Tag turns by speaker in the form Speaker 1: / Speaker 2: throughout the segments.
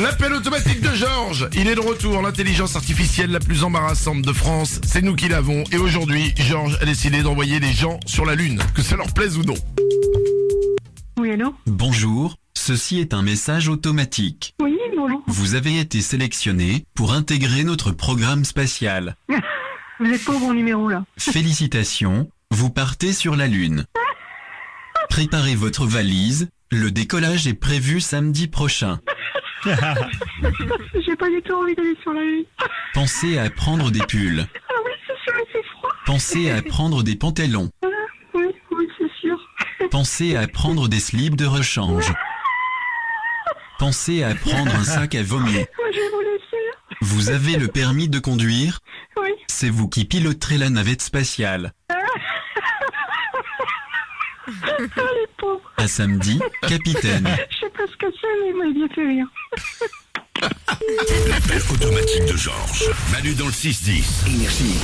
Speaker 1: L'appel automatique de Georges. Il est de retour. L'intelligence artificielle la plus embarrassante de France, c'est nous qui l'avons. Et aujourd'hui, Georges a décidé d'envoyer les gens sur la Lune, que ça leur plaise ou non.
Speaker 2: Oui, allô
Speaker 3: Bonjour, ceci est un message automatique.
Speaker 2: Oui, bonjour.
Speaker 3: Vous avez été sélectionné pour intégrer notre programme spatial.
Speaker 2: Vous êtes pas au bon numéro, là.
Speaker 3: Félicitations, vous partez sur la Lune. Préparez votre valise, le décollage est prévu samedi prochain.
Speaker 2: J'ai pas du tout envie d'aller sur la lune.
Speaker 3: Pensez à prendre des pulls.
Speaker 2: Ah oui, c'est sûr, c'est froid.
Speaker 3: Pensez à prendre des pantalons.
Speaker 2: Ah, oui, oui, c'est sûr.
Speaker 3: Pensez à prendre des slips de rechange. Pensez à prendre un sac à vomir.
Speaker 2: Moi, je vais vous laisser.
Speaker 3: Vous avez le permis de conduire
Speaker 2: Oui.
Speaker 3: C'est vous qui piloterez la navette spatiale.
Speaker 2: Ah, les pauvres.
Speaker 3: À samedi, capitaine.
Speaker 2: Je sais pas ce que c'est, mais il m'a bien fait rire.
Speaker 4: L'appel automatique de Georges. Manu dans le 6-10. Énergie.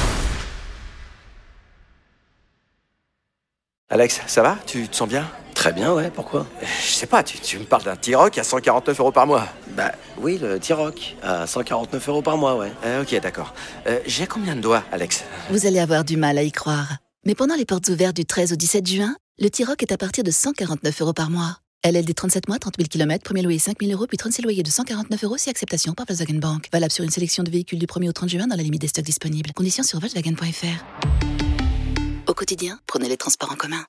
Speaker 5: Alex, ça va Tu te sens bien Euh,
Speaker 6: Très bien, ouais, pourquoi
Speaker 5: Je sais pas, tu, tu me parles d'un T-Rock à 149 euros par mois.
Speaker 6: Bah oui, le T-Rock, à 149 euros par mois, ouais.
Speaker 5: Euh, ok, d'accord. Euh, J'ai combien de doigts, Alex
Speaker 7: Vous allez avoir du mal à y croire. Mais pendant les portes ouvertes du 13 au 17 juin, le T-Rock est à partir de 149 euros par mois. LLD 37 mois, 30 000 km, premier loyer 5 000 euros, puis 36 loyers de 149 euros si acceptation par Volkswagen Bank. Valable sur une sélection de véhicules du 1er au 30 juin dans la limite des stocks disponibles. Conditions sur Volkswagen.fr. Au quotidien, prenez les transports en commun.